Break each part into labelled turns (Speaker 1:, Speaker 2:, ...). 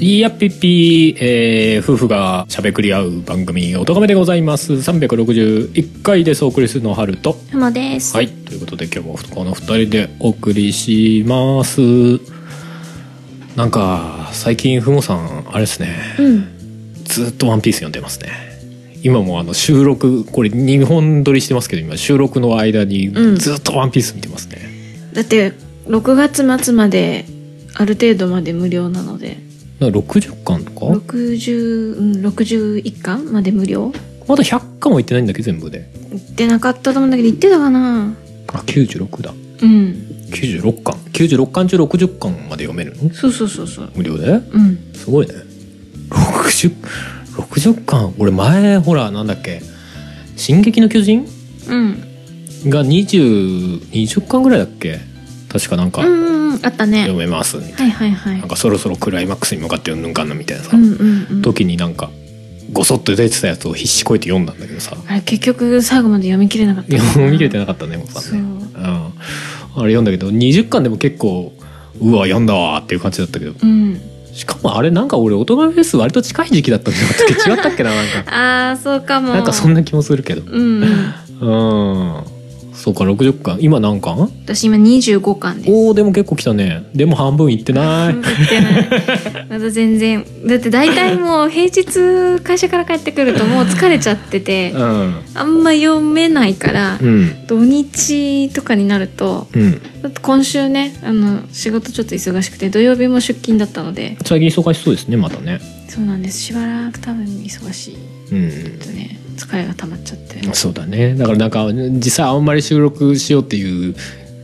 Speaker 1: いやっぴっぴー、えー夫婦がしゃべくり合う番組「おとがめ」でございます361回ですお送りするのはると
Speaker 2: ふもです。
Speaker 1: はいということで今日もこの2人でお送りしますなんか最近ふもさんあれですね
Speaker 2: うん。
Speaker 1: ずっと「ワンピース読んでますね今もあの収録これ2本撮りしてますけど今収録の間に
Speaker 2: うん
Speaker 1: ずっと「ワンピース見てますね、
Speaker 2: だって、6月末まで、ある程度まで無料なので、
Speaker 1: だから60巻とか
Speaker 2: 60、うん、61巻まで無料
Speaker 1: まだ100巻はいってないんだっけ全部で
Speaker 2: 行ってなかったと思うんだけど、行ってたかな
Speaker 1: あ96だ
Speaker 2: うん。
Speaker 1: 96巻96巻中60巻まで読めるの
Speaker 2: そうそうそうそう。
Speaker 1: 無料で
Speaker 2: うん。
Speaker 1: すごいね60 60巻俺前ほらなんだっけ「進撃の巨人
Speaker 2: うん。」
Speaker 1: が2020 20巻ぐらいだっけ確かなんか
Speaker 2: うんうんうん。あったね
Speaker 1: 読。めますみたい
Speaker 2: はいはいはい
Speaker 1: ななん。かそろそろクライマックスに向かって読むんかなみたいなさ、
Speaker 2: うんうんうん。
Speaker 1: 時になんかごそっと出てたやつを必死こいて読んだんだけどさ
Speaker 2: あれ、結局、最後まで読み切れなかった。
Speaker 1: 読み切れてなかったねもうさねうん、あれ読んだけど20巻でも結構うわ読んだわーっていう感じだったけど
Speaker 2: うん。
Speaker 1: しかもあれなんか俺大人フェス割と近い時期だったん じゃなかったっけ違ったっけななんか
Speaker 2: あー、そうかも。
Speaker 1: なんかそんな気もするけど
Speaker 2: うん。
Speaker 1: うんそうか60巻今何巻
Speaker 2: 私今25巻です。
Speaker 1: おおでも結構来たねでも半分いってない
Speaker 2: うん行ってないまだ全然だって大体もう平日会社から帰ってくるともう疲れちゃってて
Speaker 1: うん
Speaker 2: あんま読めないから
Speaker 1: うん
Speaker 2: 土日とかになると
Speaker 1: うん
Speaker 2: ちょっと今週ねあの仕事ちょっと忙しくて土曜日も出勤だったので
Speaker 1: 最近忙しそうですねまたね
Speaker 2: そうなんですしばらく多分忙しい
Speaker 1: うん
Speaker 2: とね疲れが溜まっちゃって
Speaker 1: そうだねだからなんか実際あんまり収録しようっていう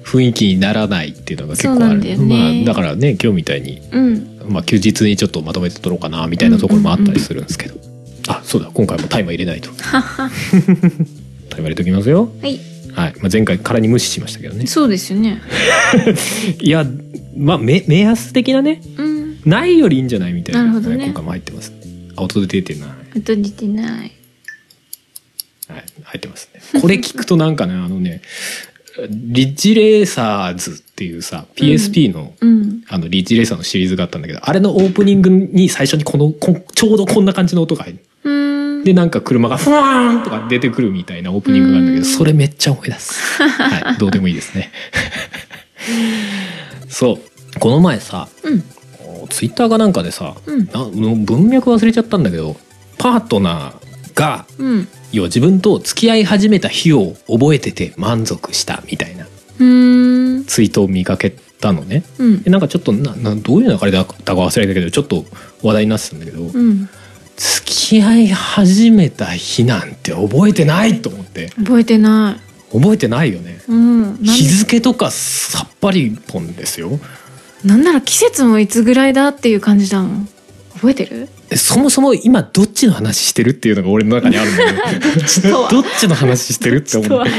Speaker 1: 雰囲気にならないっていうのが結構
Speaker 2: そう
Speaker 1: あ
Speaker 2: な
Speaker 1: る
Speaker 2: んだよね
Speaker 1: まあ、だからね今日みたいに
Speaker 2: うん
Speaker 1: まあ、休日にちょっとまとめて撮ろうかなみたいなところもあったりするんですけど、あそうだ今回もタイマー入れない とタイマー入れときますよ、
Speaker 2: はい
Speaker 1: はいまあ、前回空に無視しましたけ どね
Speaker 2: そうですよね
Speaker 1: いやまあ目目安的なね
Speaker 2: うん
Speaker 1: ないよりいいんじゃないみたいな
Speaker 2: なるほどね
Speaker 1: はい今回も入ってますあ音出てない、
Speaker 2: と出てない
Speaker 1: はい、入ってますねこれ聞くとなん かねあのねリッジレーサーズっていうさ PSP の、
Speaker 2: うん
Speaker 1: あのリッジレーサーのシリーズがあったんだけどあれのオープニングに最初にこのこんちょうどこんな感じの音が入る
Speaker 2: うん
Speaker 1: でなんか車がフワーンとか出てくるみたいなオープニングがあるんだけ
Speaker 2: うん
Speaker 1: どそれめっちゃ思い出 すはいどうでもいいですねそうこの前さ
Speaker 2: うん
Speaker 1: ツイッターかなんかでさ、
Speaker 2: うん
Speaker 1: なの文脈忘れちゃったんだけどパートナーが
Speaker 2: うん
Speaker 1: 要は自分と付き合い始めた日を覚えてて満足したみたいな
Speaker 2: うん
Speaker 1: ツイートを見かけたのね
Speaker 2: うん
Speaker 1: でなんかちょっとななどういう流れだったか忘れたけどちょっと話題になってたんだけど、
Speaker 2: うん
Speaker 1: 付き合い始めた日なんて覚えてないと思って
Speaker 2: 覚えてない
Speaker 1: 覚えてないよね
Speaker 2: うん、なん
Speaker 1: 日付とかさっぱり一本ですよ
Speaker 2: なんなら季節もいつぐらいだっていう感じだもん覚えてる
Speaker 1: えそもそも今どっちの話してるっていうのが俺の中にあるんだけ
Speaker 2: とは
Speaker 1: どどっちの話してるって思って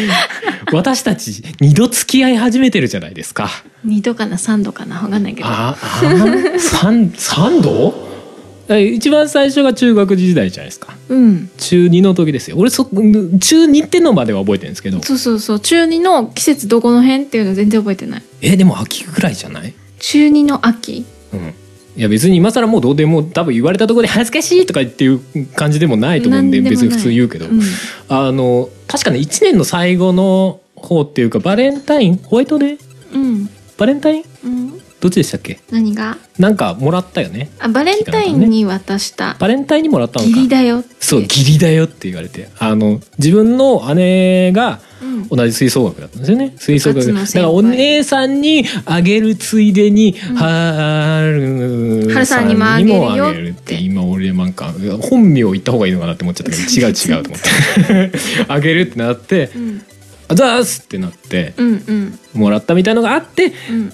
Speaker 1: 私たち二度付き合い始めてるじゃないですか
Speaker 2: 2度かな3度かな分かんないけど
Speaker 1: ああ三三度え一番最初が中学時代じゃないですか
Speaker 2: うん
Speaker 1: 中二の時ですよ俺そ中二ってのまでは覚えてるんですけど
Speaker 2: そうそうそう中2の季節どこの辺っていうの全然覚えてない
Speaker 1: えでも秋ぐらいじゃない
Speaker 2: 中2の秋
Speaker 1: うんいや別に今更もうどうでも多分言われたところで恥ずかしいとか言っていう感じでもないと思うんで
Speaker 2: なんでも
Speaker 1: 別
Speaker 2: ない
Speaker 1: に普通言うけど、
Speaker 2: うん
Speaker 1: あの確かね1年の最後の方っていうかバレンタインホワイトデー
Speaker 2: うん、
Speaker 1: バレンタイン
Speaker 2: うん、
Speaker 1: どっちでしたっけ
Speaker 2: 何が
Speaker 1: なんかもらったよね
Speaker 2: あバレンタインに渡した
Speaker 1: バレンタインにもらったの
Speaker 2: 義理
Speaker 1: か
Speaker 2: だよって
Speaker 1: そう義理だよって言われてあの自分の姉が
Speaker 2: うん
Speaker 1: 同じ吹奏楽だったんですよね吹奏楽
Speaker 2: 部活
Speaker 1: だ
Speaker 2: の
Speaker 1: か
Speaker 2: 先輩
Speaker 1: らお姉さんにあげるついでに、はる
Speaker 2: はるさんにもあげるよって
Speaker 1: はるさんにもあげるって今俺なんか本名言った方がいいのかなって思っちゃったけど違う違うと思って あげるってなって
Speaker 2: うん
Speaker 1: 「あざーす!」ってなって
Speaker 2: うんうん
Speaker 1: もらったみたいのがあって
Speaker 2: うん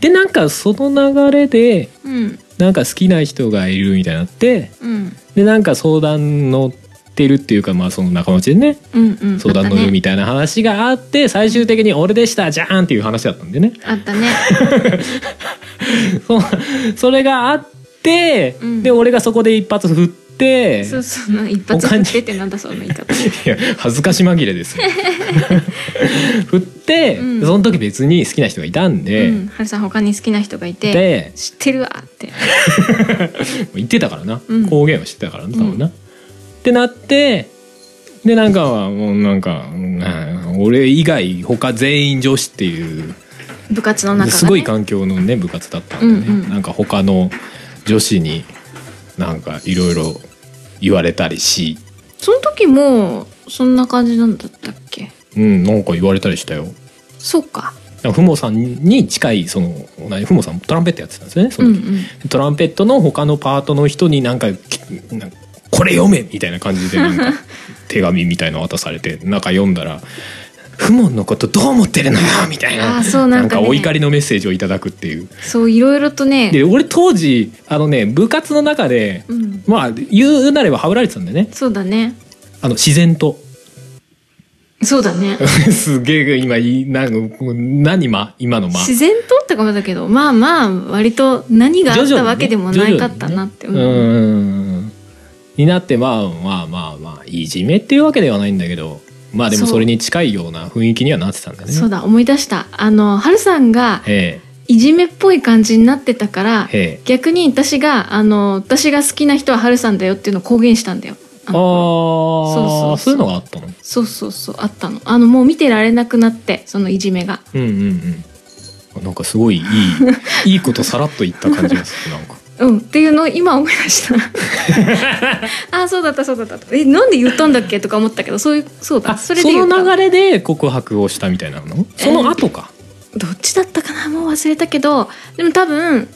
Speaker 1: でなんかその流れで
Speaker 2: うん
Speaker 1: なんか好きな人がいるみたいになって
Speaker 2: うん
Speaker 1: でなんか相談乗ってるっていうかまあその仲間内でね
Speaker 2: うんうん
Speaker 1: 相談乗るみ
Speaker 2: み
Speaker 1: たいな話があって最終的に「俺でしたじゃーん!」っていう話だったんでね
Speaker 2: あった ね
Speaker 1: そうそれがあって、
Speaker 2: うん
Speaker 1: で俺がそこで一発振って
Speaker 2: そうその一発振ってってなんだその言い 方
Speaker 1: いや恥ずかし紛れです よ振って、
Speaker 2: うん
Speaker 1: その時別に好きな人がいたんで、
Speaker 2: うん、はるさん他に好きな人がいて
Speaker 1: で
Speaker 2: 知ってるわって
Speaker 1: 言ってたからな、
Speaker 2: うん
Speaker 1: 公言はしてたからな多分な、ってなってでなんかはもうなんか、うん俺以外他全員女子っていう
Speaker 2: 部活の中が、ね、
Speaker 1: すごい環境のね部活だったんでね、
Speaker 2: うんうん
Speaker 1: なんか他の女子になんかいろいろ言われたりし
Speaker 2: その時もそんな感じなんだったっけ
Speaker 1: うんなんか言われたりしたよ。
Speaker 2: そうか
Speaker 1: なんかふもさんに近いその同じふもさんトランペットやってたんですよねそ
Speaker 2: うん
Speaker 1: の
Speaker 2: う
Speaker 1: 時、
Speaker 2: ん
Speaker 1: トランペットの他のパートの人になんかきなんかこれ読めみたいな感じでなんか手紙みたいの渡されて 中読んだら「フモンのことどう思ってるのよ」みたいな
Speaker 2: あーそうなんかね
Speaker 1: お怒りのメッセージをいただくっていう。
Speaker 2: そういろいろとね、
Speaker 1: で俺当時あのね部活の中で
Speaker 2: うん、
Speaker 1: まあ言うなればハブられてたんだよね
Speaker 2: そうだね
Speaker 1: あの自然と。
Speaker 2: そうだね
Speaker 1: すげえ今いいなんか何今今の間
Speaker 2: 自然とってかだけどまあまあ割と何があったわけでもないかったなって、
Speaker 1: 徐々にね
Speaker 2: うん
Speaker 1: うんになってまあまあまあまあいじめっていうわけではないんだけどまあでもそれに近いような雰囲気にはなってたんだね。
Speaker 2: そうだ思い出したあのはるさんが
Speaker 1: え
Speaker 2: いじめっぽい感じになってたから
Speaker 1: えええ。
Speaker 2: 逆に私があの私が好きな人ははるさんだよっていうのを公言したんだよあ
Speaker 1: ああ
Speaker 2: のそうそうそ
Speaker 1: そうういうのがあったの。
Speaker 2: そうそうそうあったのあのもう見てられなくなってそのいじめが
Speaker 1: うんうんうん。なんかすごいいいいいことさらっと言った感じがするなんか。
Speaker 2: うんっていうのを今思い出した あそうだったそうだったえなんで言ったんだっけとか思ったけどそういうそうだ
Speaker 1: あそ
Speaker 2: それで言った
Speaker 1: の流れで告白をしたみたいなのその後か。
Speaker 2: どっちだったかなもう忘れたけどでも多分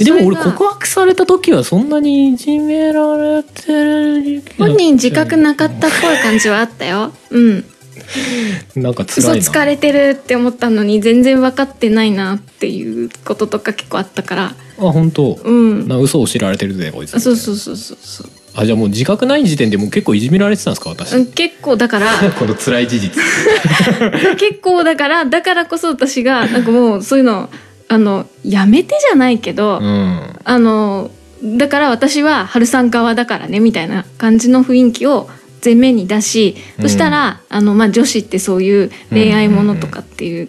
Speaker 1: えでも
Speaker 2: それ
Speaker 1: 俺
Speaker 2: が
Speaker 1: 告白された時はそんなにいじめられてる
Speaker 2: 本人自覚なかったっぽい感じはあったようん
Speaker 1: なんか辛い
Speaker 2: 嘘
Speaker 1: な。
Speaker 2: つかれてるって思ったのに全然分かってないなっていうこととか結構あったから
Speaker 1: あ本当。
Speaker 2: うん
Speaker 1: な嘘を知られてるぜこいつ
Speaker 2: あそうそうそうそうそう
Speaker 1: あじゃあもう自覚ない時点でもう結構いじめられてたんですか私、
Speaker 2: うん結構だから
Speaker 1: この辛い事実
Speaker 2: 結構だからだからこそ私がなんかもうそういうのあのやめてじゃないけど、
Speaker 1: うん
Speaker 2: あのだから私は春さん側だからねみたいな感じの雰囲気を前面に出し、そしたらあの、まあ、女子ってそういう恋愛ものとかっていう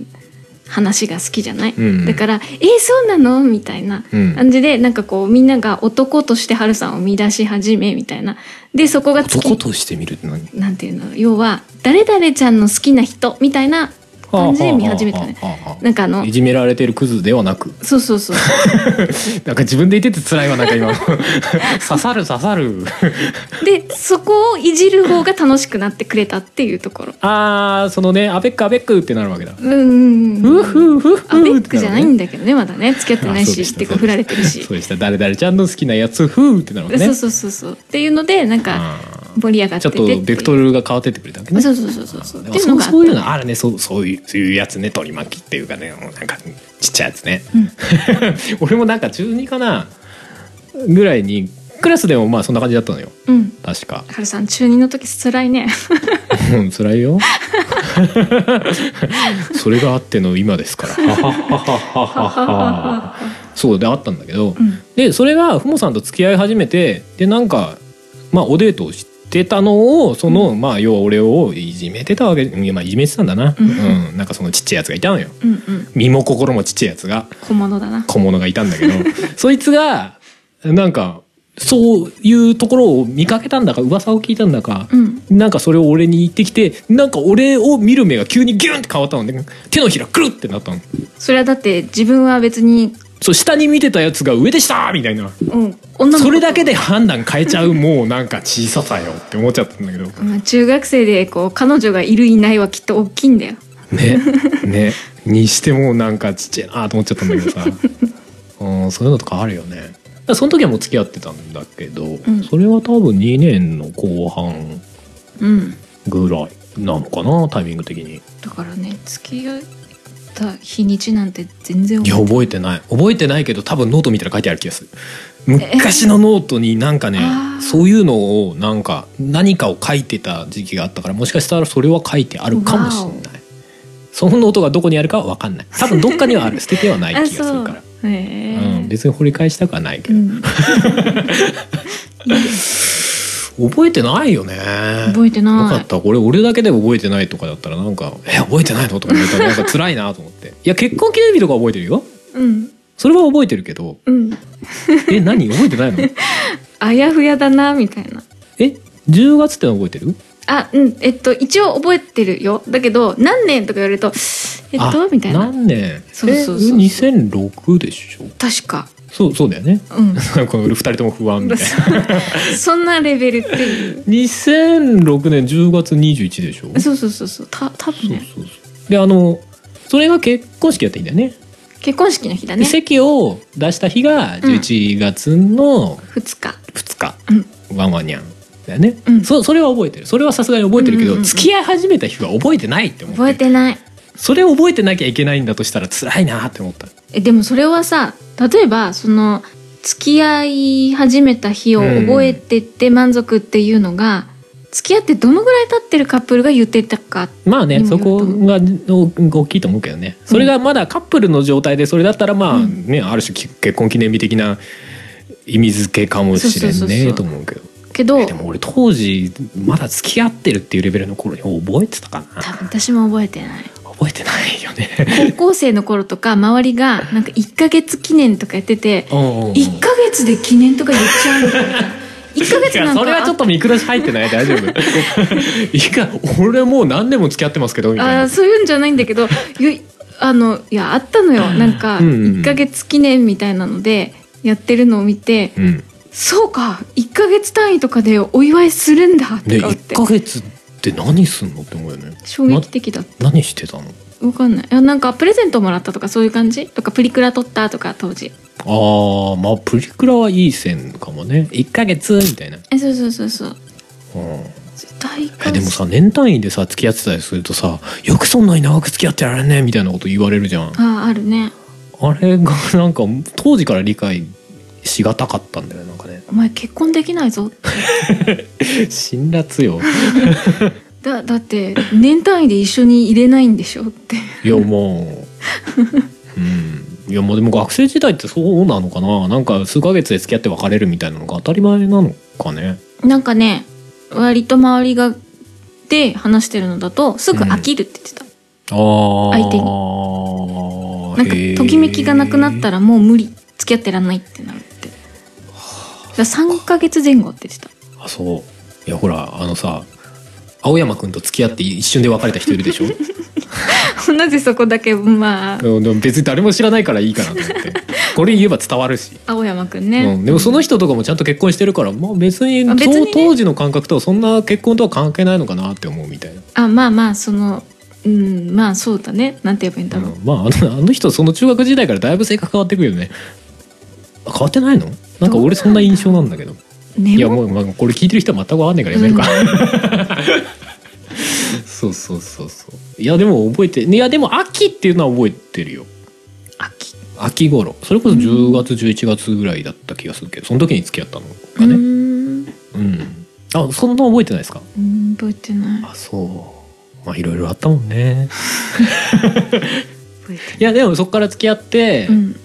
Speaker 2: 話が好きじゃない、
Speaker 1: うんうん
Speaker 2: だから「えーそうなの?」みたいな
Speaker 1: うん
Speaker 2: 感じで、なんかこうみんなが男として春さんを見出し始めみたいなでそこがつ
Speaker 1: 男
Speaker 2: き
Speaker 1: として見るって何
Speaker 2: なんていうの要は「誰々ちゃんの好きな人」みたいな感じで見始めたね。
Speaker 1: はあはあはあはあ
Speaker 2: なんかあの
Speaker 1: いじめられてるクズではなく
Speaker 2: そうそうそう
Speaker 1: なんか自分で言ってて辛いわなんか今 刺さる刺さる
Speaker 2: でそこをいじる方が楽しくなってくれたっていうところ
Speaker 1: あーそのねアベックアベックってなるわけだ
Speaker 2: うんうんう
Speaker 1: ふ
Speaker 2: ん
Speaker 1: ふふふ
Speaker 2: アベックじゃないん
Speaker 1: だ
Speaker 2: だけどねまだね付き合ってないしってこう振られてるし
Speaker 1: そうでした誰々ちゃんの好きなやつふーってなるわけね
Speaker 2: そうそうそうそうっていうのでなんか
Speaker 1: あ
Speaker 2: 盛り上
Speaker 1: ー
Speaker 2: が
Speaker 1: ち
Speaker 2: って
Speaker 1: ょって
Speaker 2: ってい
Speaker 1: と
Speaker 2: う
Speaker 1: ベクトルが変わってってくれたわけね
Speaker 2: そうそうそうそうそう
Speaker 1: でも
Speaker 2: っていう
Speaker 1: そう
Speaker 2: のがあった
Speaker 1: そういうのあるねそうそういうそういうやつね取り巻きっていうかねなんかちっちゃいやつね、 俺もなんか中2かなぐらいにクラスでもまあそんな感じだったのよ
Speaker 2: うん
Speaker 1: 確か
Speaker 2: はるさん中二の時辛いね
Speaker 1: うん辛いよ それがあっての今ですから ははははははそうであったんだけど、
Speaker 2: うん
Speaker 1: でそれがふもさんと付き合い始めてでなんかまあおデートをしてたのをその、まあ要は俺をいじめてたわけいやまあいじめてたんだな、
Speaker 2: うん
Speaker 1: うん、なんかそのちっちゃいやつがいたのよ
Speaker 2: うんうん
Speaker 1: 身も心もちっちゃいやつが
Speaker 2: 小物だな
Speaker 1: 小物がいたんだけ どそいつがなんかそういうところを見かけたんだか噂を聞いたんだか、
Speaker 2: うん
Speaker 1: なんかそれを俺に言ってきてなんか俺を見る目が急にギュンって変わったので、手のひらくるってなったの
Speaker 2: それはだって自分は別に
Speaker 1: そう下に見てたやつが上でしたみたいな
Speaker 2: うん女の子
Speaker 1: それだけで判断変えちゃうもうなんか小ささよって思っちゃったんだけど
Speaker 2: まあ中学生でこう彼女がいるいないはきっと大きいんだよ
Speaker 1: ねね にしてもなんかちっちゃいなと思っちゃったんだけど さうんそういうのとかあるよねだからその時はもう付き合ってたんだけど、
Speaker 2: ん
Speaker 1: それは多分2年の後半
Speaker 2: うん
Speaker 1: ぐらいなのかなタイミング的に
Speaker 2: だからね付き合った日にちなんて全然
Speaker 1: いや覚えてない覚えてないけど多分ノート見たら書いてある気がする昔のノートになんかね
Speaker 2: あー
Speaker 1: そういうのをなんか何かを書いてた時期があったからもしかしたらそれは書いてあるかもしれないそのノートがどこにあるかは分かんない多分どっかにはある捨ててはない
Speaker 2: あ
Speaker 1: 気がするから、
Speaker 2: そう
Speaker 1: う
Speaker 2: へー
Speaker 1: ん、別に掘り返したくはないけ
Speaker 2: う
Speaker 1: ど、
Speaker 2: ん
Speaker 1: 覚えてないよね
Speaker 2: 覚えてない
Speaker 1: よかったこれ俺だけでも覚えてないとかだったらなんか「え覚えてないの?」とか言われたらなんか辛いなと思っていや結婚記念日とか覚えてるよ
Speaker 2: うん
Speaker 1: それは覚えてるけど
Speaker 2: うん
Speaker 1: え何覚えて ないの
Speaker 2: あやふやだなみたいな
Speaker 1: え10月っての覚えてる
Speaker 2: あうんえっと一応覚えてるよだけど何年とか言われるとえっ
Speaker 1: あ
Speaker 2: とみたいな
Speaker 1: 何年
Speaker 2: そうそうそう
Speaker 1: え2006でしょ
Speaker 2: 確か
Speaker 1: そうそうだよね
Speaker 2: うん
Speaker 1: この2人とも不安みたいな
Speaker 2: そんなレベルっていう
Speaker 1: 2006年10月21でしょそう
Speaker 2: そうそうそうそうた多分
Speaker 1: そう
Speaker 2: ね
Speaker 1: そうであのそれが結婚式やっていいんだよね
Speaker 2: 結婚式の日だ
Speaker 1: で
Speaker 2: ね
Speaker 1: 席を出した日が11月の
Speaker 2: 2日
Speaker 1: 2日、
Speaker 2: うん
Speaker 1: ワンワンニャンだよね、
Speaker 2: うん
Speaker 1: そそれは覚えてるそれはさすがに覚えてるけど、
Speaker 2: うんうんうん
Speaker 1: 付き合い始めた日は覚えてないって思って
Speaker 2: 覚えてない
Speaker 1: それを覚えてなきゃいけないんだとしたら辛いなって思った
Speaker 2: えでもそれはさ例えばその付き合い始めた日を覚えてて満足っていうのが、付き合ってどのぐらい経ってるカップルが言ってたか
Speaker 1: まあね
Speaker 2: にも
Speaker 1: そ
Speaker 2: よると
Speaker 1: こがお大きいと思うけどねそれがまだカップルの状態でそれだったらまあ
Speaker 2: うん
Speaker 1: ね、ある種き結婚記念日的な意味付けかもしれ
Speaker 2: そ
Speaker 1: ん
Speaker 2: うそうそうそ
Speaker 1: ね
Speaker 2: う
Speaker 1: と思うけど
Speaker 2: けど
Speaker 1: えでも俺当時まだ付き合ってるっていうレベルの頃に覚えてたかな
Speaker 2: 多分私も覚えてない
Speaker 1: 覚えてないよね
Speaker 2: 高校生の頃とか周りがなんか1ヶ月記念とかやってて
Speaker 1: うんうんうん
Speaker 2: 1ヶ月で記念とか言っ ちゃうのかな1ヶ
Speaker 1: い
Speaker 2: 月
Speaker 1: や
Speaker 2: なんか
Speaker 1: それはちょっと見下し入って ない大丈夫いや俺もう何年も付き合ってますけどみたい
Speaker 2: あ
Speaker 1: な
Speaker 2: あそういうんじゃないんだけどゆあのいやあったのよなんか
Speaker 1: うんうん
Speaker 2: 1ヶ月記念みたいなのでやってるのを見て、
Speaker 1: うんね
Speaker 2: そうか1ヶ月単位とかでお祝いするんだとか思っ
Speaker 1: 1
Speaker 2: て、
Speaker 1: ヶ月って何すんのって思うよね
Speaker 2: 衝撃的だっ
Speaker 1: な何してたの
Speaker 2: たわかんないいやなんかプレゼントもらったとかそういう感じとかプリクラ撮ったとか当時
Speaker 1: ああまあプリクラはいい線かもね1ヶ月みたいな、
Speaker 2: えそうそうそうそう
Speaker 1: うん、
Speaker 2: 大
Speaker 1: え
Speaker 2: 感
Speaker 1: でもさ年単位でさ付き合ってたりするとさよくそんなに長く付き合ってられんねみたいなこと言われるじゃん
Speaker 2: あああるね
Speaker 1: あれがなんか当時から理解しがたかったんだよねなんか ね
Speaker 2: お前結婚できないぞ
Speaker 1: 辛辣よ
Speaker 2: だだって年単位で一緒に入れないんでしょって
Speaker 1: いやもううんいやもうでも学生時代ってそうなのかななんか数ヶ月で付き合って別れるみたいなのが当たり前なのかね
Speaker 2: なんかね割と周りがで話してるのだとすぐ飽きるって言ってた、
Speaker 1: ああ
Speaker 2: 相手になんかときめきがなくなったらもう無理付き合ってらんないってなるってだから3ヶ月前後って言ってた
Speaker 1: あそういやほらあのさ青山くんと付き合って一瞬で別れた人いるで しょ
Speaker 2: なぜそこだけまあ
Speaker 1: うんでも別に誰も知らないからいいかなと思ってこれ言えば伝わるし、
Speaker 2: 青山くん
Speaker 1: う
Speaker 2: ね、
Speaker 1: ん、でもその人とかもちゃんと結婚してるから、まあ、別に
Speaker 2: あ別にね
Speaker 1: そう当時の感覚とはそんな結婚とは関係ないのかなって思うみたいな、
Speaker 2: あまあまあそのうんまあそうだねなんて言えばいいんだ
Speaker 1: う
Speaker 2: ろう、
Speaker 1: んまああのあの人その中学時代からだいぶ性格変わってくるよねあ変わってないのなんか俺そんな印象なんだけど
Speaker 2: ね
Speaker 1: いやもう、まあ、これ聞いてる人は全く分かんないからやめるか、 そうそうそうそういやでも覚えていやでも秋っていうのは覚えてるよ
Speaker 2: 秋
Speaker 1: 秋頃それこそ10月11月ぐらいだった気がするけどその時に付き合ったの
Speaker 2: う
Speaker 1: がね
Speaker 2: ん
Speaker 1: うんあそんな覚えてないですか
Speaker 2: うん覚えてない
Speaker 1: あそうまあいろいろあったもんね
Speaker 2: 覚えてない
Speaker 1: いやでもそこから付き合って
Speaker 2: うん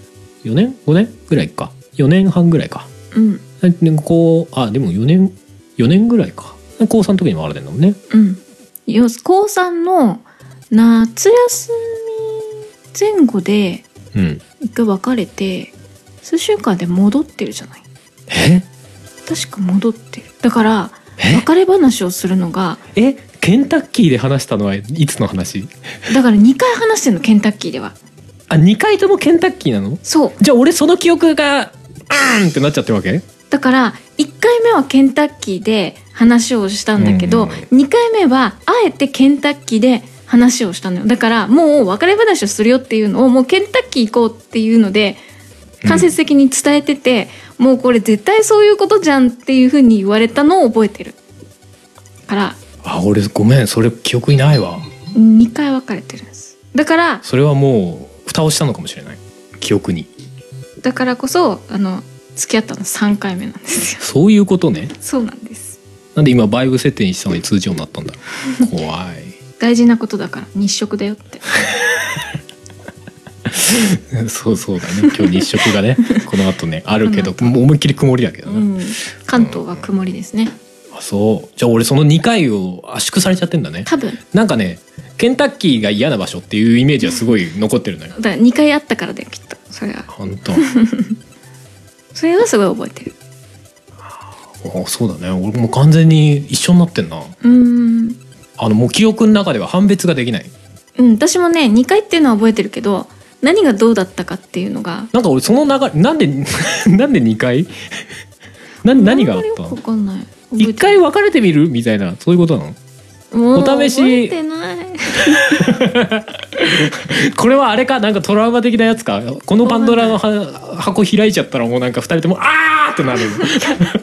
Speaker 1: 4年5年ぐらいか4年半ぐらいか
Speaker 2: うん
Speaker 1: でこうあでも4年4年ぐらいか高3の時に別れてんだもんね
Speaker 2: うんよ高3の夏休み前後で
Speaker 1: うん
Speaker 2: 一回別れて数週間で戻ってるじゃない
Speaker 1: え
Speaker 2: 確か戻ってるだから
Speaker 1: え
Speaker 2: 別れ話をするのが
Speaker 1: えケンタッキーで話したのはいつの話
Speaker 2: だから2回話してるのケンタッキーでは
Speaker 1: あ2回ともケンタッキーなの
Speaker 2: そう
Speaker 1: じゃあ俺その記憶がうんってなっちゃってるわけ
Speaker 2: だから1回目はケンタッキーで話をしたんだけ
Speaker 1: う
Speaker 2: ど、
Speaker 1: ん
Speaker 2: 2回目はあえてケンタッキーで話をしたのよだからもう別れ話をするよっていうのをもうケンタッキー行こうっていうので間接的に伝えてて、もうこれ絶対そういうことじゃんっていうふうに言われたのを覚えてるから
Speaker 1: あ俺ごめんそれ記憶にないわ
Speaker 2: 2回別れてるんですだから
Speaker 1: それはもう蓋をしたのかもしれない記憶に
Speaker 2: だからこそあの付き合ったの3回目なんですよ
Speaker 1: そういうことね
Speaker 2: そうなんです
Speaker 1: なんで今バイブ設定にしたのに通常になったんだろう怖い
Speaker 2: 大事なことだから日食だよって
Speaker 1: そうそうだね今日日食が ねこの後ねあるけどもう思いっきり曇りだけど
Speaker 2: う
Speaker 1: な、
Speaker 2: ん関東は曇りですね
Speaker 1: あそうじゃあ俺その2回を圧縮されちゃってんだね
Speaker 2: 多分
Speaker 1: なんかねケンタッキーが嫌な場所っていうイメージはすごい残ってるのよ
Speaker 2: だから2回あったからだよきっとそれは
Speaker 1: 本 当
Speaker 2: それはすごい覚えてる
Speaker 1: あそうだね俺もう完全に一緒になってんな
Speaker 2: うーん
Speaker 1: あのもう記憶の中では判別ができない
Speaker 2: うん私もね2回っていうのは覚えてるけど何がどうだったかっていうのが
Speaker 1: なんか俺その流れなんで なんで2回 な何があっ
Speaker 2: ん
Speaker 1: た
Speaker 2: まりよくわかんない覚えて
Speaker 1: 一回別れてみるみたいなそういうことなの
Speaker 2: もう
Speaker 1: お試し
Speaker 2: 覚えてない
Speaker 1: これはあれかなんかトラウマ的なやつかこのパンドラのは箱開いちゃったらもうなんか2人とも「あー!」って なる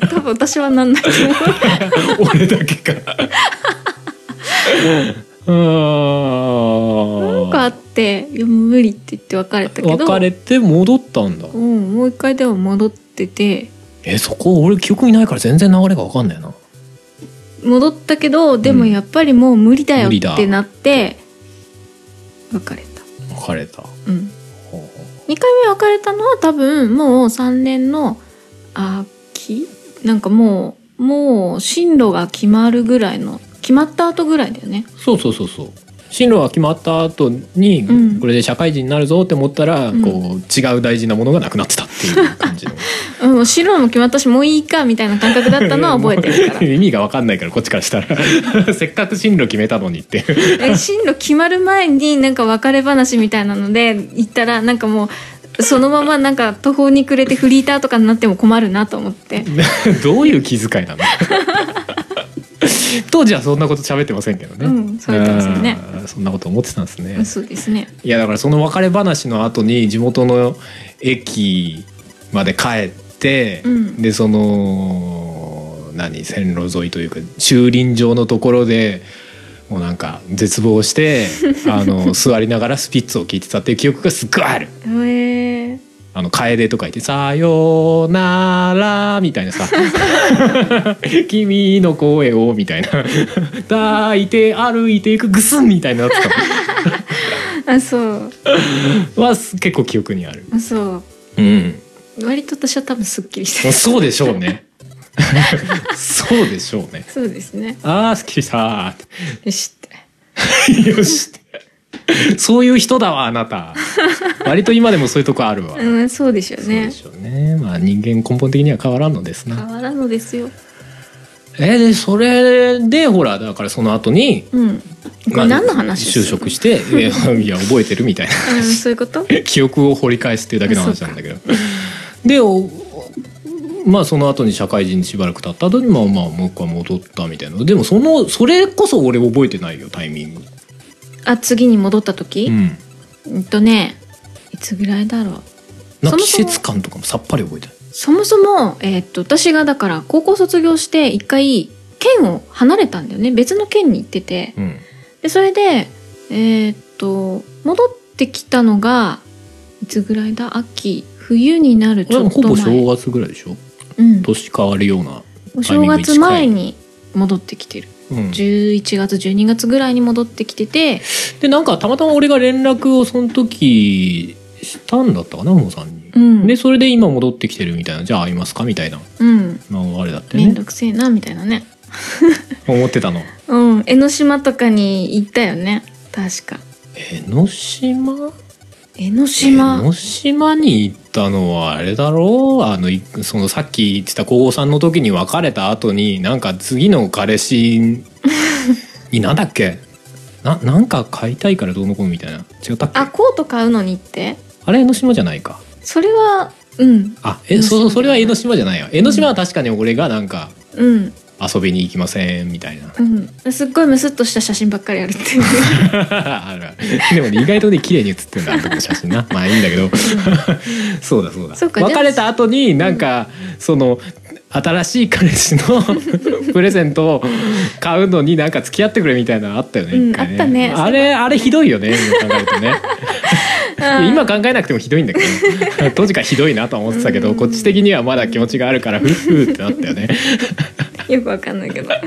Speaker 2: 多分 私はなんないと思う
Speaker 1: 俺だけかうー
Speaker 2: なんかあっていや無理って言って別れたけど
Speaker 1: 別れて戻ったんだ
Speaker 2: うんもう一回でも戻ってて
Speaker 1: えそこ俺記憶にないから全然流れが分かんないな
Speaker 2: 戻ったけどでもやっぱりもう無理だよ
Speaker 1: 無理だ
Speaker 2: ってなって別れた
Speaker 1: 別れた
Speaker 2: うん
Speaker 1: ほうほ
Speaker 2: 2回目別れたのは多分もう3年の秋なんかもうもう進路が決まるぐらいの決まった後ぐらいだよね
Speaker 1: うそうそうそうそう進路が決まった後に、
Speaker 2: うん
Speaker 1: これで社会人になるぞって思ったら、
Speaker 2: うん
Speaker 1: こう違う大事なものがなくなってたっていう感じの
Speaker 2: うんもう進路も決まったしもういいかみたいな感覚だった のは覚えてるから
Speaker 1: 意味が分かんないからこっちからしたら せっかく進路決めたのにっていう
Speaker 2: え進路決まる前になんか別れ話みたいなので行ったらなんかもうそのままなんか途方に暮れてフリーターとかになっても困るなと思って
Speaker 1: どういう気遣いなの 当時はそんなこと喋ってませんけどね、
Speaker 2: うんそう言ってますよね
Speaker 1: あーそんなこと思ってたんですね、
Speaker 2: そうですね
Speaker 1: いやだからその別れ話の後に地元の駅まで帰って、
Speaker 2: うん
Speaker 1: でその何線路沿いというか駐輪場のところでもうなんか絶望してあ の座りながらスピッツを聴いてたっていう記憶がすっごいある。
Speaker 2: へえ
Speaker 1: あの楓とかいて「さよなら」みたいなさ「君の声を」みたいな「抱いて歩いていくぐすん」みたいなやつとか
Speaker 2: あそう
Speaker 1: は結構記憶にある。
Speaker 2: あそ
Speaker 1: う
Speaker 2: う
Speaker 1: ん
Speaker 2: 割と私は多分すっきりして る
Speaker 1: そうでしょうね。そうでしょうね。
Speaker 2: そうですね
Speaker 1: ああ、すっきりした。
Speaker 2: よしって
Speaker 1: よし。そういう人だわ、あなた。割と今でもそういうとこあるわ。
Speaker 2: うんそうでしょう
Speaker 1: そうで
Speaker 2: ね
Speaker 1: しょうね。まあ人間根本的には変わらんのです
Speaker 2: 変
Speaker 1: な。
Speaker 2: わらんのですよ
Speaker 1: えーで、それで、ほら、だからその後に、
Speaker 2: うんこ
Speaker 1: まあ
Speaker 2: れ何の話
Speaker 1: 就職して、いやいや、覚えてるみたいな。
Speaker 2: うんそういうこと
Speaker 1: 記憶を掘り返すっていうだけの話なんだけどでおまあその後に社会人にしばらく経った後にまあまあもう一回戻ったみたいなでもそのそれこそ俺覚えてないよタイミング、
Speaker 2: あ次に戻った時
Speaker 1: うん、
Speaker 2: うんとねいつぐらいだろ
Speaker 1: な
Speaker 2: う
Speaker 1: ん
Speaker 2: そ
Speaker 1: か
Speaker 2: もそも
Speaker 1: 季節感とかもさっぱり覚えてない
Speaker 2: そもそも、えーっと私がだから高校卒業して一回県を離れたんだよね別の県に行ってて
Speaker 1: うん
Speaker 2: でそれでえーっと戻ってきたのがいつぐらいだ秋冬になるち
Speaker 1: で
Speaker 2: ょ
Speaker 1: も
Speaker 2: っと
Speaker 1: ほ
Speaker 2: 前
Speaker 1: ぼ正月ぐらいでしょ
Speaker 2: うん、
Speaker 1: 年変わるような
Speaker 2: お
Speaker 1: タイ
Speaker 2: 正
Speaker 1: ミングに近い
Speaker 2: 月前に戻ってきてる
Speaker 1: うん
Speaker 2: 11月12月ぐらいに戻ってきてて
Speaker 1: でなんかたまたま俺が連絡をその時したんだったかなもうさんに
Speaker 2: う、ん
Speaker 1: でそれで今戻ってきてるみたいなじゃあ会いますかみたいな、
Speaker 2: うん
Speaker 1: まあ、あれだって
Speaker 2: めん
Speaker 1: ね
Speaker 2: どくせえなみたいなね
Speaker 1: 思ってたの
Speaker 2: うん江ノ島とかに行ったよね確か
Speaker 1: 江ノ島
Speaker 2: 江ノ
Speaker 1: 江
Speaker 2: 島
Speaker 1: ノ島に行ったのはあれだろうあのいそのさっき言ってた高校さんの時に別れた後になんか次の彼 氏になんだっけななんか買いたいからどうのこうのみたいな違ったっけ
Speaker 2: あ
Speaker 1: あ
Speaker 2: コート買うのにって
Speaker 1: れ江ノ島じゃないか
Speaker 2: それはうん
Speaker 1: あえそ
Speaker 2: 江ノ島
Speaker 1: うそれは江ノ島じ
Speaker 2: じゃない
Speaker 1: ゃないよ江ノ島は確かに俺がなんか
Speaker 2: うん
Speaker 1: 遊びに行きませんみたいな
Speaker 2: うんすっごいムスッとした写真ばっかりあるっていう
Speaker 1: あるある でもね意外とね綺麗に写ってるんだあの時の写真なまあいいんだけどそうだそうだ
Speaker 2: そうか
Speaker 1: 別れた後になんか、その新しい彼氏の プレゼントを買うのになんか付き合ってくれみたいなのあったよね,、
Speaker 2: うん
Speaker 1: 一回
Speaker 2: あったね
Speaker 1: あれあれひどいよね今考えるとね
Speaker 2: うん
Speaker 1: 今考えなくてもひどいんだけど 当時からひどいなとは思ってたけどこっち的にはまだ気持ちがあるからふっふーってなったよね
Speaker 2: よくわかん ないけどだ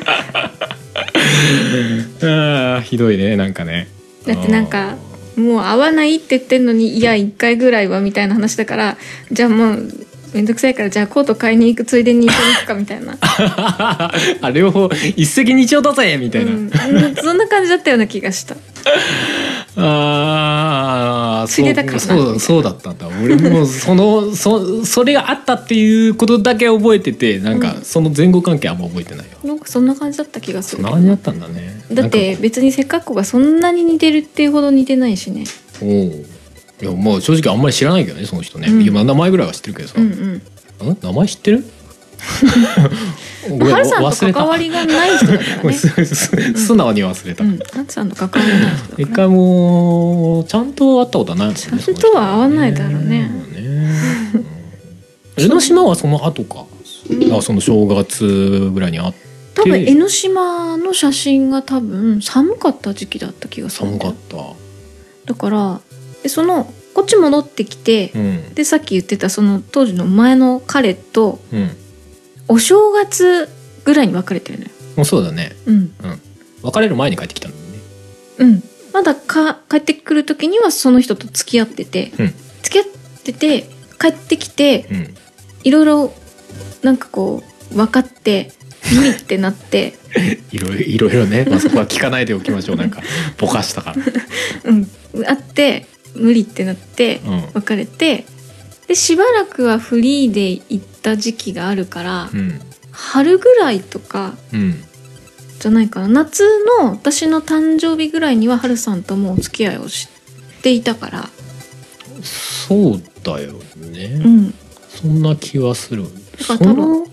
Speaker 1: あーひどいねなんかね
Speaker 2: ってなんかもう会わないって言ってんのにいや1回ぐらいはみたいな話だからじゃあもうめんどくさいからじゃあコート買いに行くついでに一緒に行くかみたいな、
Speaker 1: あー あ両方一石二鳥だぜみた
Speaker 2: う
Speaker 1: いな、
Speaker 2: ん、そんな感じだったような気がした
Speaker 1: ああ
Speaker 2: ついでだからな
Speaker 1: そうそうだったんだ俺もその そそれがあったっていうことだけ覚えててなんかその前後関係あんま覚えてないよ、
Speaker 2: なんかそんな感じだった気がす
Speaker 1: そ
Speaker 2: る
Speaker 1: んな感じだったんだね
Speaker 2: だって別にせっかくがそんなに似てるっていうほど似てないしね
Speaker 1: おおいやまあ正直あんまり知らないけどねその人ね、
Speaker 2: うん
Speaker 1: 今名前ぐらいは知ってるけどさ、
Speaker 2: うんうん
Speaker 1: ん名前知って るご
Speaker 2: ま
Speaker 1: め
Speaker 2: あ
Speaker 1: ん
Speaker 2: ハルさん
Speaker 1: 忘
Speaker 2: と
Speaker 1: れ
Speaker 2: 関
Speaker 1: た
Speaker 2: わりがない人だから
Speaker 1: ごめん
Speaker 2: ね
Speaker 1: すす素直に忘れた、
Speaker 2: うんハルさんと関わりがない人だ
Speaker 1: 一
Speaker 2: か
Speaker 1: 回
Speaker 2: ら
Speaker 1: もちゃんと会ったことはないもんね
Speaker 2: ちゃんとは会わないだろう
Speaker 1: その
Speaker 2: ね
Speaker 1: 人ねうん江ノ島はその後か、あその正月ぐらいに会って
Speaker 2: 多分江ノ島の写真が多分寒かった時期だった気がする
Speaker 1: 寒かった
Speaker 2: だからでそのこっち戻ってきて、
Speaker 1: うん
Speaker 2: でさっき言ってたその当時の前の彼と
Speaker 1: うん
Speaker 2: お正月ぐらいに別れてるのよ
Speaker 1: もうそうだね
Speaker 2: うん
Speaker 1: 別れる前に帰ってきたんだよね
Speaker 2: うんまだか帰ってくる時にはその人と付き合ってて、
Speaker 1: うん
Speaker 2: 付き合ってて帰ってきて
Speaker 1: うん
Speaker 2: いろいろなんかこう分かって耳ってなって、
Speaker 1: いろいろいろいろ ね、まあ、そこは聞かないでおきましょうなんかぼかしたから
Speaker 2: うん、会って無理ってなって
Speaker 1: うん
Speaker 2: 別れてでしばらくはフリーで行った時期があるから、
Speaker 1: うん
Speaker 2: 春ぐらいとか
Speaker 1: うん
Speaker 2: じゃないかな夏の私の誕生日ぐらいには春さんともうお付き合いをしていたから、
Speaker 1: そうだよね、
Speaker 2: うん、
Speaker 1: そんな気はする
Speaker 2: か
Speaker 1: そ
Speaker 2: ら
Speaker 1: の
Speaker 2: 多分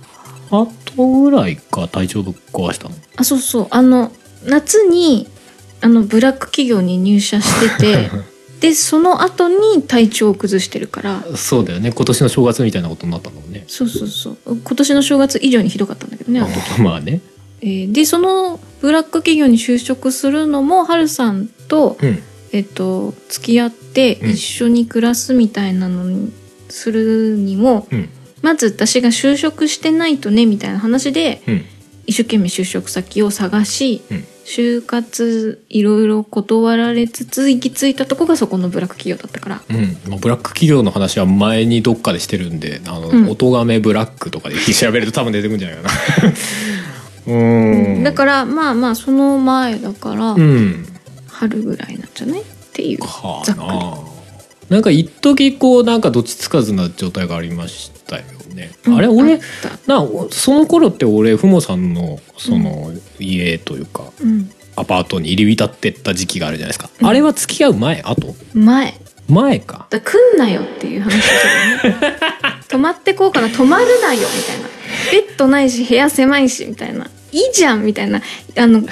Speaker 1: 後ぐらいか体調ぶっ壊したの
Speaker 2: あそうそうあの夏にあのブラック企業に入社しててでその後に体調を崩してるから
Speaker 1: そうだよね今年の正月みたいなことになったんだもんね
Speaker 2: そうそうそう今年の正月以上にひどかったんだけどねあの時
Speaker 1: まあね
Speaker 2: えーでそのブラック企業に就職するのもハルさんと、
Speaker 1: うん
Speaker 2: えっと付き合って
Speaker 1: うん
Speaker 2: 一緒に暮らすみたいなのにするにも、
Speaker 1: うん
Speaker 2: まず私が就職してないとねみたいな話で
Speaker 1: うん
Speaker 2: 一生懸命就職先を探し、
Speaker 1: うん
Speaker 2: 就活いろいろ断られつつ行き着いたとこがそこのブラック企業だったから
Speaker 1: うんまあ、ブラック企業の話は前にどっかでしてるんであの、
Speaker 2: うん
Speaker 1: お咎めブラックとかで調べると多分出てくるんじゃないかな うーん
Speaker 2: だからまあまあその前だから
Speaker 1: うん
Speaker 2: 春ぐらいなんじゃないっていう
Speaker 1: か
Speaker 2: ざっく
Speaker 1: ななんか一時こうなんかどっちつかずな状態がありましたよね、
Speaker 2: り
Speaker 1: あれ
Speaker 2: う
Speaker 1: 俺
Speaker 2: んあっ
Speaker 1: なおその頃って俺ふもさんのその家というか、
Speaker 2: たうん
Speaker 1: アパートに入り浸ってった時期があるじゃないですか、
Speaker 2: うん
Speaker 1: あれは付き合う前後
Speaker 2: 前
Speaker 1: 前か
Speaker 2: だから来んなよっていう話だよね泊まってこうかな泊まるなよみたいなベッドないし部屋狭いしみたいないいじゃんみたいな あの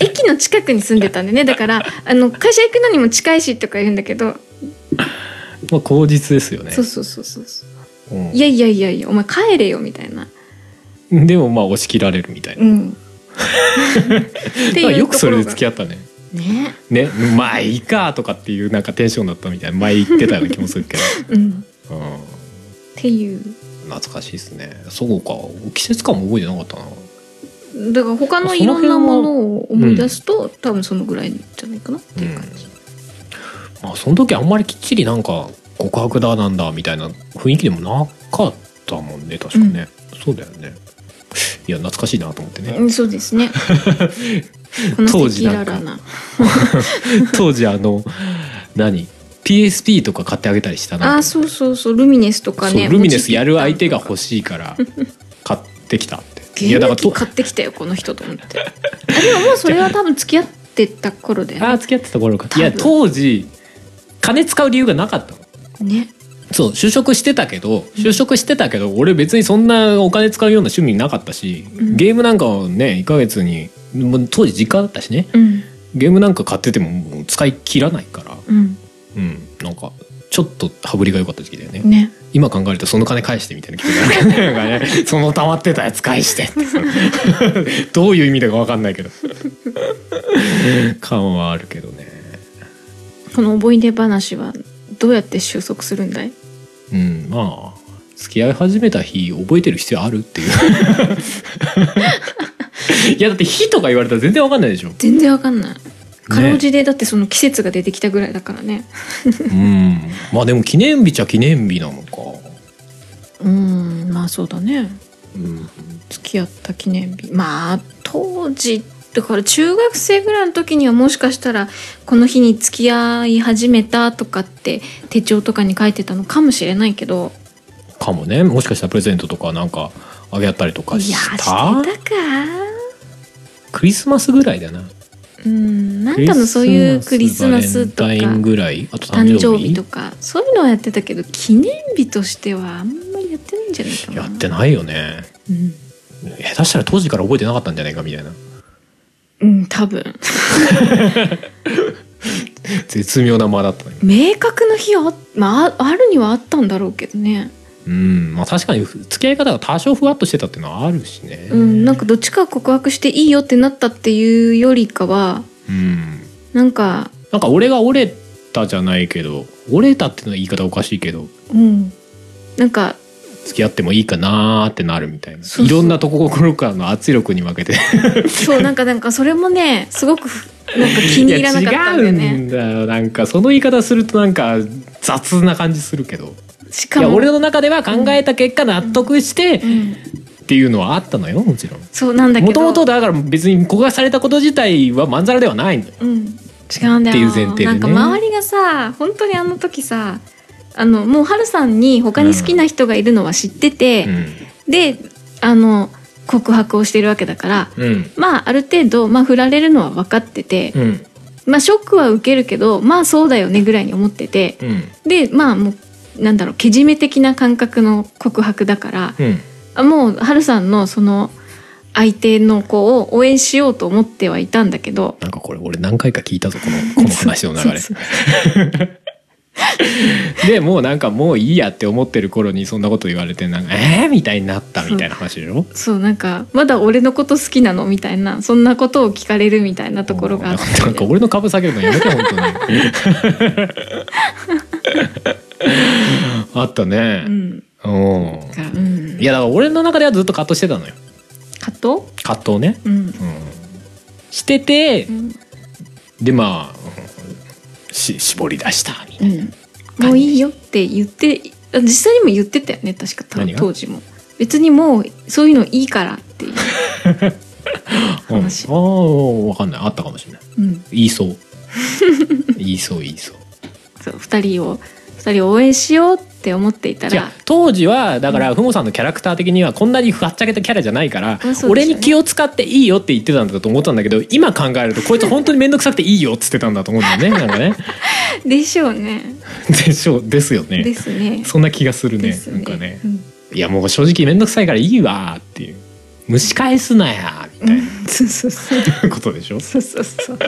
Speaker 2: 駅の近くに住んでたんでねだからあの会社行くのにも近いしとか言うんだけど、
Speaker 1: まあ口実ですよね
Speaker 2: そうそうそうそう
Speaker 1: うん
Speaker 2: いやいやいやいやお前帰れよみたいな
Speaker 1: でもまあ押し切られるみたいな
Speaker 2: う、んって
Speaker 1: まあ
Speaker 2: いう
Speaker 1: よくそれで
Speaker 2: ところが
Speaker 1: 付き合ったね
Speaker 2: ね
Speaker 1: ねまあいいかとかっていうなんかテンションだったみたいな前言ってたような気もするけ
Speaker 2: うん
Speaker 1: ど、うん、
Speaker 2: っていう
Speaker 1: 懐かしいですねそうか季節感も覚えてなかったな
Speaker 2: だから他のいろんなものを思い出すと、多分そのぐらいじゃないかなっていう感じ、
Speaker 1: まあその時あんまりきっちりなんか告白だなんだみたいな雰囲気でもなかったもんね確かね、そうだよねいや懐かしいなと思ってね
Speaker 2: うん、そうで すね。この
Speaker 1: 当
Speaker 2: 赤
Speaker 1: 時な
Speaker 2: 裸
Speaker 1: んか
Speaker 2: 々な。
Speaker 1: 当時あの何 PSP とか買ってあげたりしたな
Speaker 2: あ、そうそうそう、ルミネスとか
Speaker 1: そ
Speaker 2: ね。
Speaker 1: うルミネスやる相手が欲しいから買ってきたっていやだから
Speaker 2: と
Speaker 1: と
Speaker 2: 買ってきたよ、この人と思って。あでも、もうそれは多分付き合ってた頃だ
Speaker 1: あ
Speaker 2: よ
Speaker 1: あ付き合ってた頃か
Speaker 2: 多
Speaker 1: い
Speaker 2: 分
Speaker 1: や当時金使う理由がなかったの
Speaker 2: ね。ね。
Speaker 1: そう就職してたけど就職してたけど俺別にそんなお金使うような趣味なかったし、
Speaker 2: うん
Speaker 1: ゲームなんかをね1ヶ月にもう当時実家だったしね
Speaker 2: うん。
Speaker 1: ゲームなんか買っててももう使い切らないから
Speaker 2: うん。
Speaker 1: うんなんかちょっと羽振りが良かった時期だよね、
Speaker 2: ね。
Speaker 1: 今考えるとその金返してみたいな気分になるなんかね その溜まってたやつ返してって どういう意味だか分かんないけど感はあるけどね
Speaker 2: この思い出話はどうやって収束するんだい
Speaker 1: うんまあ付き合い始めた日覚えてる必要あるって いういやだって「日」とか言われたら全然わかんないでしょ
Speaker 2: 全然わかんないかろうじてだってその季節が出てきたぐらいだからね
Speaker 1: うんまあでも記念日ちゃ記念日なのか
Speaker 2: うんまあそうだね
Speaker 1: うん
Speaker 2: 付き合った記念日まあ当時だから中学生ぐらいの時にはもしかしたらこの日に付き合い始めたとかって手帳とかに書いてたのかもしれないけど
Speaker 1: かもねもしかしたらプレゼントとかなんかあげたりとか
Speaker 2: い
Speaker 1: し
Speaker 2: やして
Speaker 1: た
Speaker 2: たか
Speaker 1: クリスマスぐらいだな
Speaker 2: うんなんかのそういうクリスマスとか
Speaker 1: バレンタインぐらいあと
Speaker 2: 誕
Speaker 1: 誕
Speaker 2: 生
Speaker 1: 生
Speaker 2: 日
Speaker 1: 日
Speaker 2: とかそういうのはやってたけど記念日としてはあんまりやってないんじゃないかな
Speaker 1: やってないよね
Speaker 2: うん、
Speaker 1: 下手したら当時から覚えてなかったんじゃないかみたいな
Speaker 2: うん、多分
Speaker 1: 絶妙な間だったね
Speaker 2: 明確な日はあ,、まあ、あるにはあったんだろうけどね
Speaker 1: うんまあ確かに付き合い方が多少ふわっとしてたっていうのはあるしね
Speaker 2: うん、なんかどっちか告白していいよってなったっていうよりかは
Speaker 1: うん
Speaker 2: なんか、
Speaker 1: なんか俺が折れたじゃないけど折れたっていうのは言い方おかしいけど
Speaker 2: うん、なんか
Speaker 1: 付き合ってもいいかなーってなるみたいな
Speaker 2: そうそう
Speaker 1: いろんなところからの圧力に負けて
Speaker 2: そうなんかなんかそれもねすごくなんか気に入らなかったんだ
Speaker 1: い
Speaker 2: よ
Speaker 1: や違う
Speaker 2: ね。
Speaker 1: んだよなんかその言い方するとなんか雑な感じするけど
Speaker 2: し
Speaker 1: い
Speaker 2: か
Speaker 1: や
Speaker 2: も
Speaker 1: 俺の中では考えた結果納得して
Speaker 2: うん、
Speaker 1: っていうのはあったのよもちろん
Speaker 2: そうなんだけ
Speaker 1: もと
Speaker 2: ど
Speaker 1: もとだから別に告白されたこと自体はまんざらではないのよ
Speaker 2: うん、違うんだよ
Speaker 1: っていう前提でね
Speaker 2: なんか周りがさ本当にあの時さあのもう春さんに他に好きな人がいるのは知ってて、であの告白をしてるわけだから、
Speaker 1: うん
Speaker 2: まあある程度、まあ、振られるのは分かってて。
Speaker 1: うん
Speaker 2: まあショックは受けるけどまあそうだよねぐらいに思ってて
Speaker 1: うん
Speaker 2: でまあもうなんだろうけじめ的な感覚の告白だから
Speaker 1: うん
Speaker 2: あもうハルさんのその相手の子を応援しようと思ってはいたんだけど
Speaker 1: なんかこれ俺何回か聞いたぞこ のこの話の流れ
Speaker 2: そうそう
Speaker 1: でもうなんかもういいやって思ってる頃にそんなこと言われてなんかえー、みたいになったみたいな話でしょ
Speaker 2: そうなんかまだ俺のこと好きなのみたいなそんなことを聞かれるみたいなところがあっ
Speaker 1: なんか
Speaker 2: て
Speaker 1: 俺の株下げるのやめて本 当に あった
Speaker 2: う
Speaker 1: ね
Speaker 2: ん
Speaker 1: うん
Speaker 2: だからうん
Speaker 1: いやだから俺の中ではずっと葛藤してたのよ
Speaker 2: 葛藤
Speaker 1: 葛藤ね
Speaker 2: うん
Speaker 1: うんしてて
Speaker 2: うん
Speaker 1: でまあうんし絞り出したみた
Speaker 2: う
Speaker 1: い
Speaker 2: んもういいよって言ってあ実際にも言ってたよね確か
Speaker 1: 何が
Speaker 2: 当時も別にもうそういうのいいからっていう、
Speaker 1: な、うん、あ
Speaker 2: 話
Speaker 1: あわかんないあったかもしれない
Speaker 2: うん、
Speaker 1: 言いそう 言いそう言いそう
Speaker 2: そう2人を二人を応援しようって思っていた
Speaker 1: 違う
Speaker 2: ら
Speaker 1: 当時はだからふもさんのキャラクター的にはこんなにふわっちゃけたキャラじゃないから、
Speaker 2: うんそうで
Speaker 1: 俺
Speaker 2: すよね
Speaker 1: に気を使っていいよって言ってたんだと思ったんだけど今考えるとこいつ本当に面倒くさくていいよっつってたんだと思うんだよねなんかね
Speaker 2: でしょうね
Speaker 1: でしょうですよね
Speaker 2: ですね
Speaker 1: そんな気がするね
Speaker 2: です
Speaker 1: なんかね
Speaker 2: うん
Speaker 1: いやもう正直面倒くさいからいいわーっていう蒸し返すなやーみたい
Speaker 2: そうそうそ
Speaker 1: な
Speaker 2: う
Speaker 1: ことでしょ
Speaker 2: そうそうそう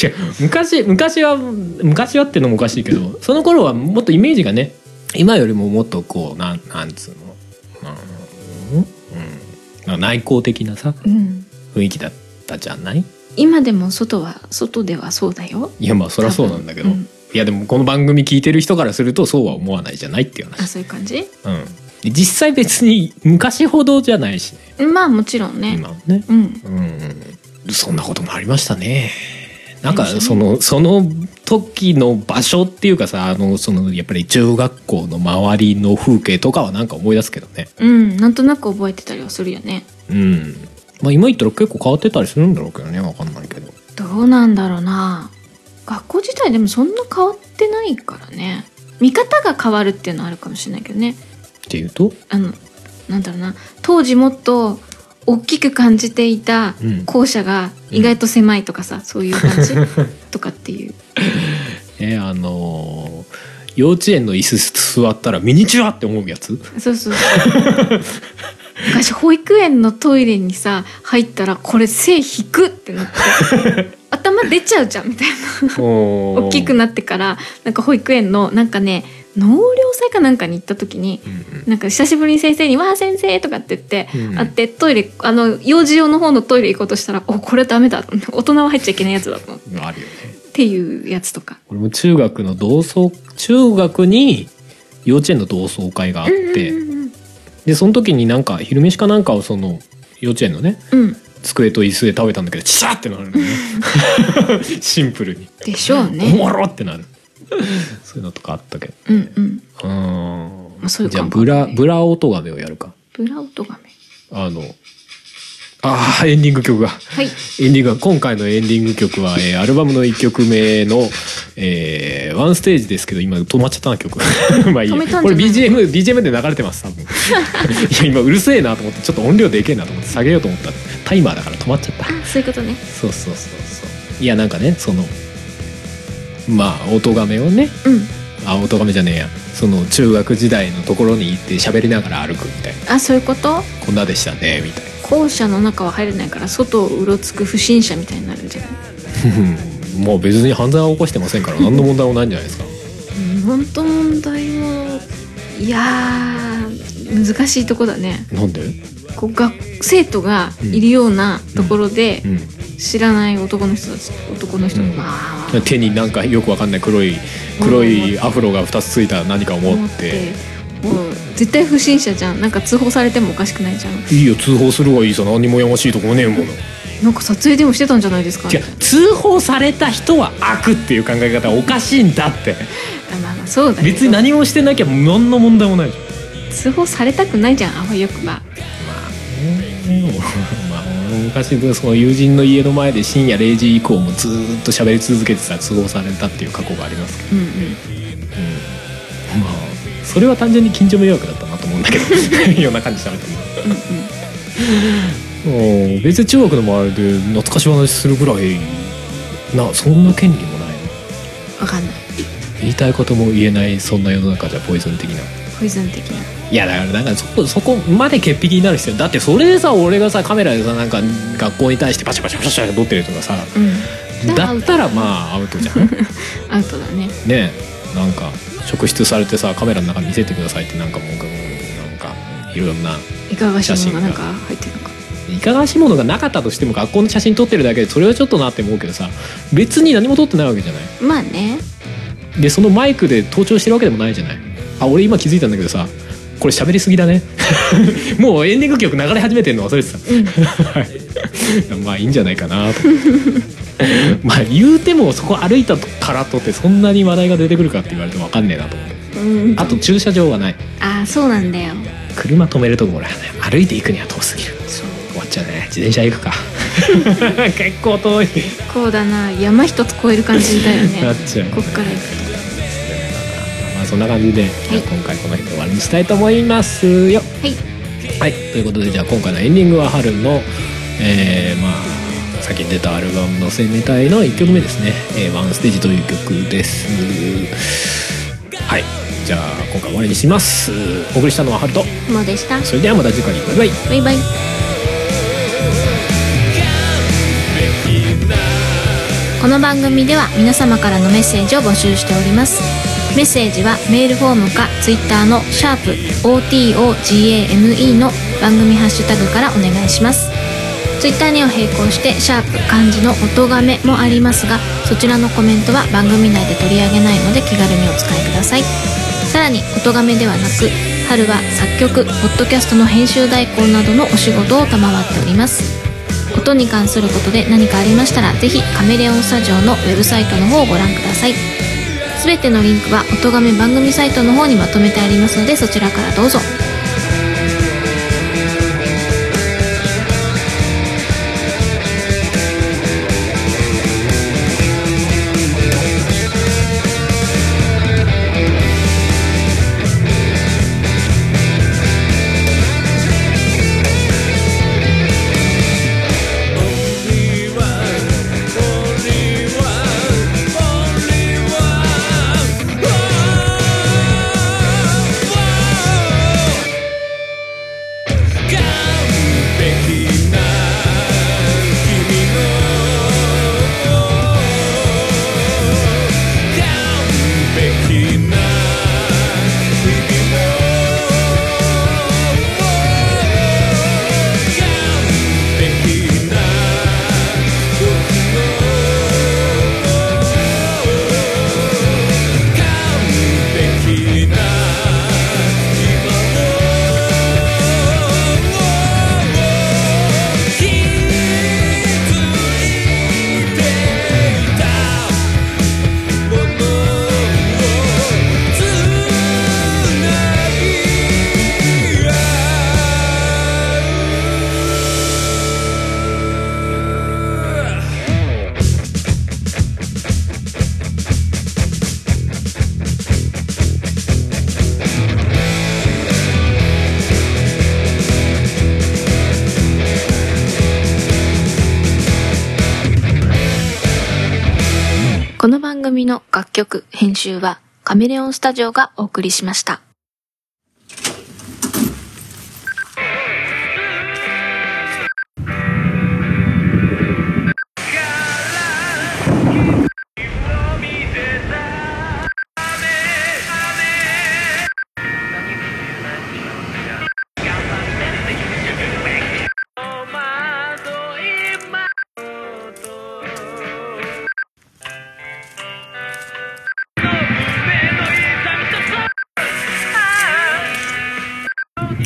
Speaker 1: 違う昔昔は昔はっていうのもおかしいけどその頃はもっとイメージがね今よりももっとこうなんなんつうの、うんうんまあ、内向的なさ
Speaker 2: うん
Speaker 1: 雰囲気だったじゃない
Speaker 2: 今でも外は外ではそうだよ
Speaker 1: いやまあそりゃそうなんだけど、
Speaker 2: 多分うん
Speaker 1: いやでもこの番組聞いてる人からするとそうは思わないじゃないっていう
Speaker 2: あ
Speaker 1: 話、
Speaker 2: そういう感じ
Speaker 1: うん、で実際別に昔ほどじゃないしね
Speaker 2: まあもちろんね
Speaker 1: 今はね
Speaker 2: うん
Speaker 1: うんうん、そんなこともありましたね。なんか
Speaker 2: ありまし
Speaker 1: そ
Speaker 2: た
Speaker 1: のその時の場所っていうかさあのそのやっぱり中学校の周りの風景とかはなんか思い出すけどね。
Speaker 2: うんなんとなく覚えてたりはするよね
Speaker 1: うん。まあ今言ったら結構変わってたりするんだろうけどねわかんないけど。
Speaker 2: どうなんだろうな学校自体でもそんな変わってないからね見方が変わるっていうのはあるかもしれないけどね
Speaker 1: っていうと、
Speaker 2: あのなんだろうな当時もっと大きく感じていた
Speaker 1: うん
Speaker 2: 校舎が意外と狭いとかさ、そういう感 じとかっていう
Speaker 1: えあのー幼稚園の椅子座ったらミニチュアって思うや つ
Speaker 2: そうそうそう昔保育園のトイレにさ入ったらこれ背引くってなって 頭出ちゃうじゃんみたいな
Speaker 1: 大
Speaker 2: 大きく
Speaker 1: な
Speaker 2: なってからなんか保育園のなんかね納涼祭かなんかに行った時に
Speaker 1: うんうん
Speaker 2: なんか久しぶりに先生に「わあ先生」とかって言って、
Speaker 1: うんうん
Speaker 2: あってトイレあ の幼児用の方のトイレ行こうとしたら「おこれダメだ」大人は入っちゃいけないやつだと思っ
Speaker 1: あるよね。
Speaker 2: っていうやつとか。
Speaker 1: 俺も中学の同窓中学に幼稚園の同窓会があっ
Speaker 2: うん
Speaker 1: て、
Speaker 2: うんうん
Speaker 1: でその時になんか昼飯かなんかをその幼稚園のね
Speaker 2: うん、うん
Speaker 1: 机と椅子で食べたんだけどチシャーってなるのね シンプルに
Speaker 2: でしょう
Speaker 1: お
Speaker 2: ね。
Speaker 1: もろってなるそういうのとかあったけど
Speaker 2: うんうん。
Speaker 1: うーん
Speaker 2: あそういう
Speaker 1: じゃあ
Speaker 2: 感
Speaker 1: ブ
Speaker 2: 覚ね
Speaker 1: ラブラオトガメをやるか
Speaker 2: ブラウトガメ。
Speaker 1: あのあーエンディング曲が
Speaker 2: はい。
Speaker 1: エンディングは今回のエンディング曲は、えーアルバムの1曲目の、えーワンステージですけど今止まっちゃったな曲 まあいいや
Speaker 2: 止めたん
Speaker 1: こ
Speaker 2: じ
Speaker 1: れ
Speaker 2: ゃない
Speaker 1: BGM, BGM で流れてます多分 いや今うるせえなと思ってちょっと音量でけえなと思って下げようと思ったらタイマーだから止まっちゃった
Speaker 2: あ、そういうことね。
Speaker 1: そうそうそうそういやなんかねそのまあ音がめをね
Speaker 2: うん。
Speaker 1: あ音がめじゃねえやその中学時代のところに行って喋りながら歩くみたいな
Speaker 2: あ、そういうこと
Speaker 1: こんなでしたねみたいな
Speaker 2: 校舎の中は入れないから外をうろつく不審者みたいになるんじゃない
Speaker 1: うんもう別に犯罪は起こしてませんから何の問題もないんじゃないですか
Speaker 2: うん本当問題もいやー難しいとこだね
Speaker 1: なんで
Speaker 2: こう学生徒がいるようなところで
Speaker 1: うん
Speaker 2: 知らない男の人たち男の人
Speaker 1: うん
Speaker 2: がわー
Speaker 1: 手になんかよくわかんない黒い黒いアフロが2つついた何かを持
Speaker 2: 思
Speaker 1: っ
Speaker 2: っててもう絶対不審者じゃんなんか通報されてもおかしくないじゃん
Speaker 1: 「いいよ通報するがいいさ何もやましいとこねえもの」
Speaker 2: なんか撮影でもしてたんじゃないですか
Speaker 1: 違う通報された人は悪っていう考え方はおかしいんだって
Speaker 2: あまあまあそうだけど
Speaker 1: 別に何もしてなきゃ何の問題もないじゃん
Speaker 2: 通報されたくないじゃんあわよく
Speaker 1: ま
Speaker 2: ば
Speaker 1: あ昔その友人の家の前で深夜0時以降もずーっと喋り続けてたら通報されたっていう過去がありますけど、
Speaker 2: うんうん
Speaker 1: うん、まあそれは単純に近所迷惑だったなと思うん だけど夜中に喋っても
Speaker 2: うんうん
Speaker 1: うん別に中学の周りで懐かし話するぐらいなそんな権利もない
Speaker 2: わかんない
Speaker 1: 言いたいことも言えないそんな世の中じゃポイズン的な
Speaker 2: ポイズン的ない
Speaker 1: やだからなんかそこそこまで潔癖になる必要だってそれでさ俺がさカメラでさなんか学校に対してパシャパシャパシャパシャ撮ってるとかさ
Speaker 2: うん
Speaker 1: だったらまあアウトじゃんね
Speaker 2: アウトだね
Speaker 1: えなんか職質されてさカメラの中見せてくださいってなんかもうなんかいろんない
Speaker 2: かがしいものがなんか入ってるのか
Speaker 1: いかがわしいものがなかったとしても学校の写真撮ってるだけでそれはちょっとなって思うけどさ別に何も撮ってないわけじゃない
Speaker 2: まあね
Speaker 1: でそのマイクで盗聴してるわけでもないじゃないあ俺今気づいたんだけどさこれ喋りすぎだね もうエンディング曲流れ始めてんの忘れてた
Speaker 2: うん
Speaker 1: まあいいんじゃないかなとまあ言うてもそこ歩いたからとってそんなに話題が出てくるかって言われても分かんねえなと思って
Speaker 2: うん、
Speaker 1: あと駐車場がない
Speaker 2: あーそうなんだよ
Speaker 1: 車止めるところがない歩いて行くには遠すぎる
Speaker 2: そう
Speaker 1: 終わっちゃうね自転車行くか 結構遠い
Speaker 2: こうだな山一つ越える感じだよ
Speaker 1: なっ
Speaker 2: ね
Speaker 1: ちゃう
Speaker 2: こっから行く
Speaker 1: まあそんな感じで、じゃあ今回この辺で終わりにしたいと思いますよ
Speaker 2: とはい
Speaker 1: はい、ということでじゃあ今回のエンディングは春の、えーまあ先に出たアルバムの生命体の1曲目ですね「えーワンステージという曲ですはいじゃあ今回終わりにしますお送りしたのは春と
Speaker 2: もうでした
Speaker 1: それではまた次回バイバイ
Speaker 2: バイバイこの番組では皆様からのメッセージを募集しておりますメッセージはメールフォームかツイッターのシャープ o t o g a m e の番組ハッシュタグからお願いしますツイッターにを並行してシャープ漢字の音がめもありますがそちらのコメントは番組内で取り上げないので気軽にお使いくださいさらに音がめではなく春は作曲ポッドキャストの編集代行などのお仕事を賜っております音に関することで何かありましたらぜひカメレオンスタジオのウェブサイトの方をご覧くださいすべてのリンクは音がめ番組サイトの方にまとめてありますのでそちらからどうぞ
Speaker 3: 「
Speaker 2: この番組の楽曲編集はカメレオンスタジオがお送りしました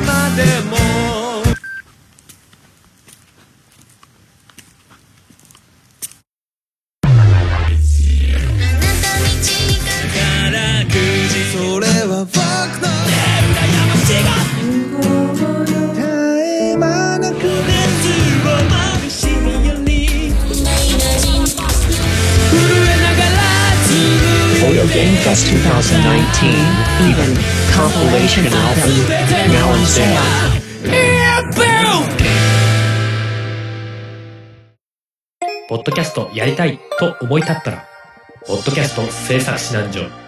Speaker 3: までも
Speaker 4: あなたに近い
Speaker 3: 宝くじそれは僕の羨ましが絶え間なく熱をまぶしいように震えながら紡ぐ
Speaker 5: Odo Game Fest 2019, even, compilation album, now on sale.
Speaker 3: Boom!
Speaker 1: ポッドキャストやりたいと思い立ったら「ポッドキャスト制作指南所」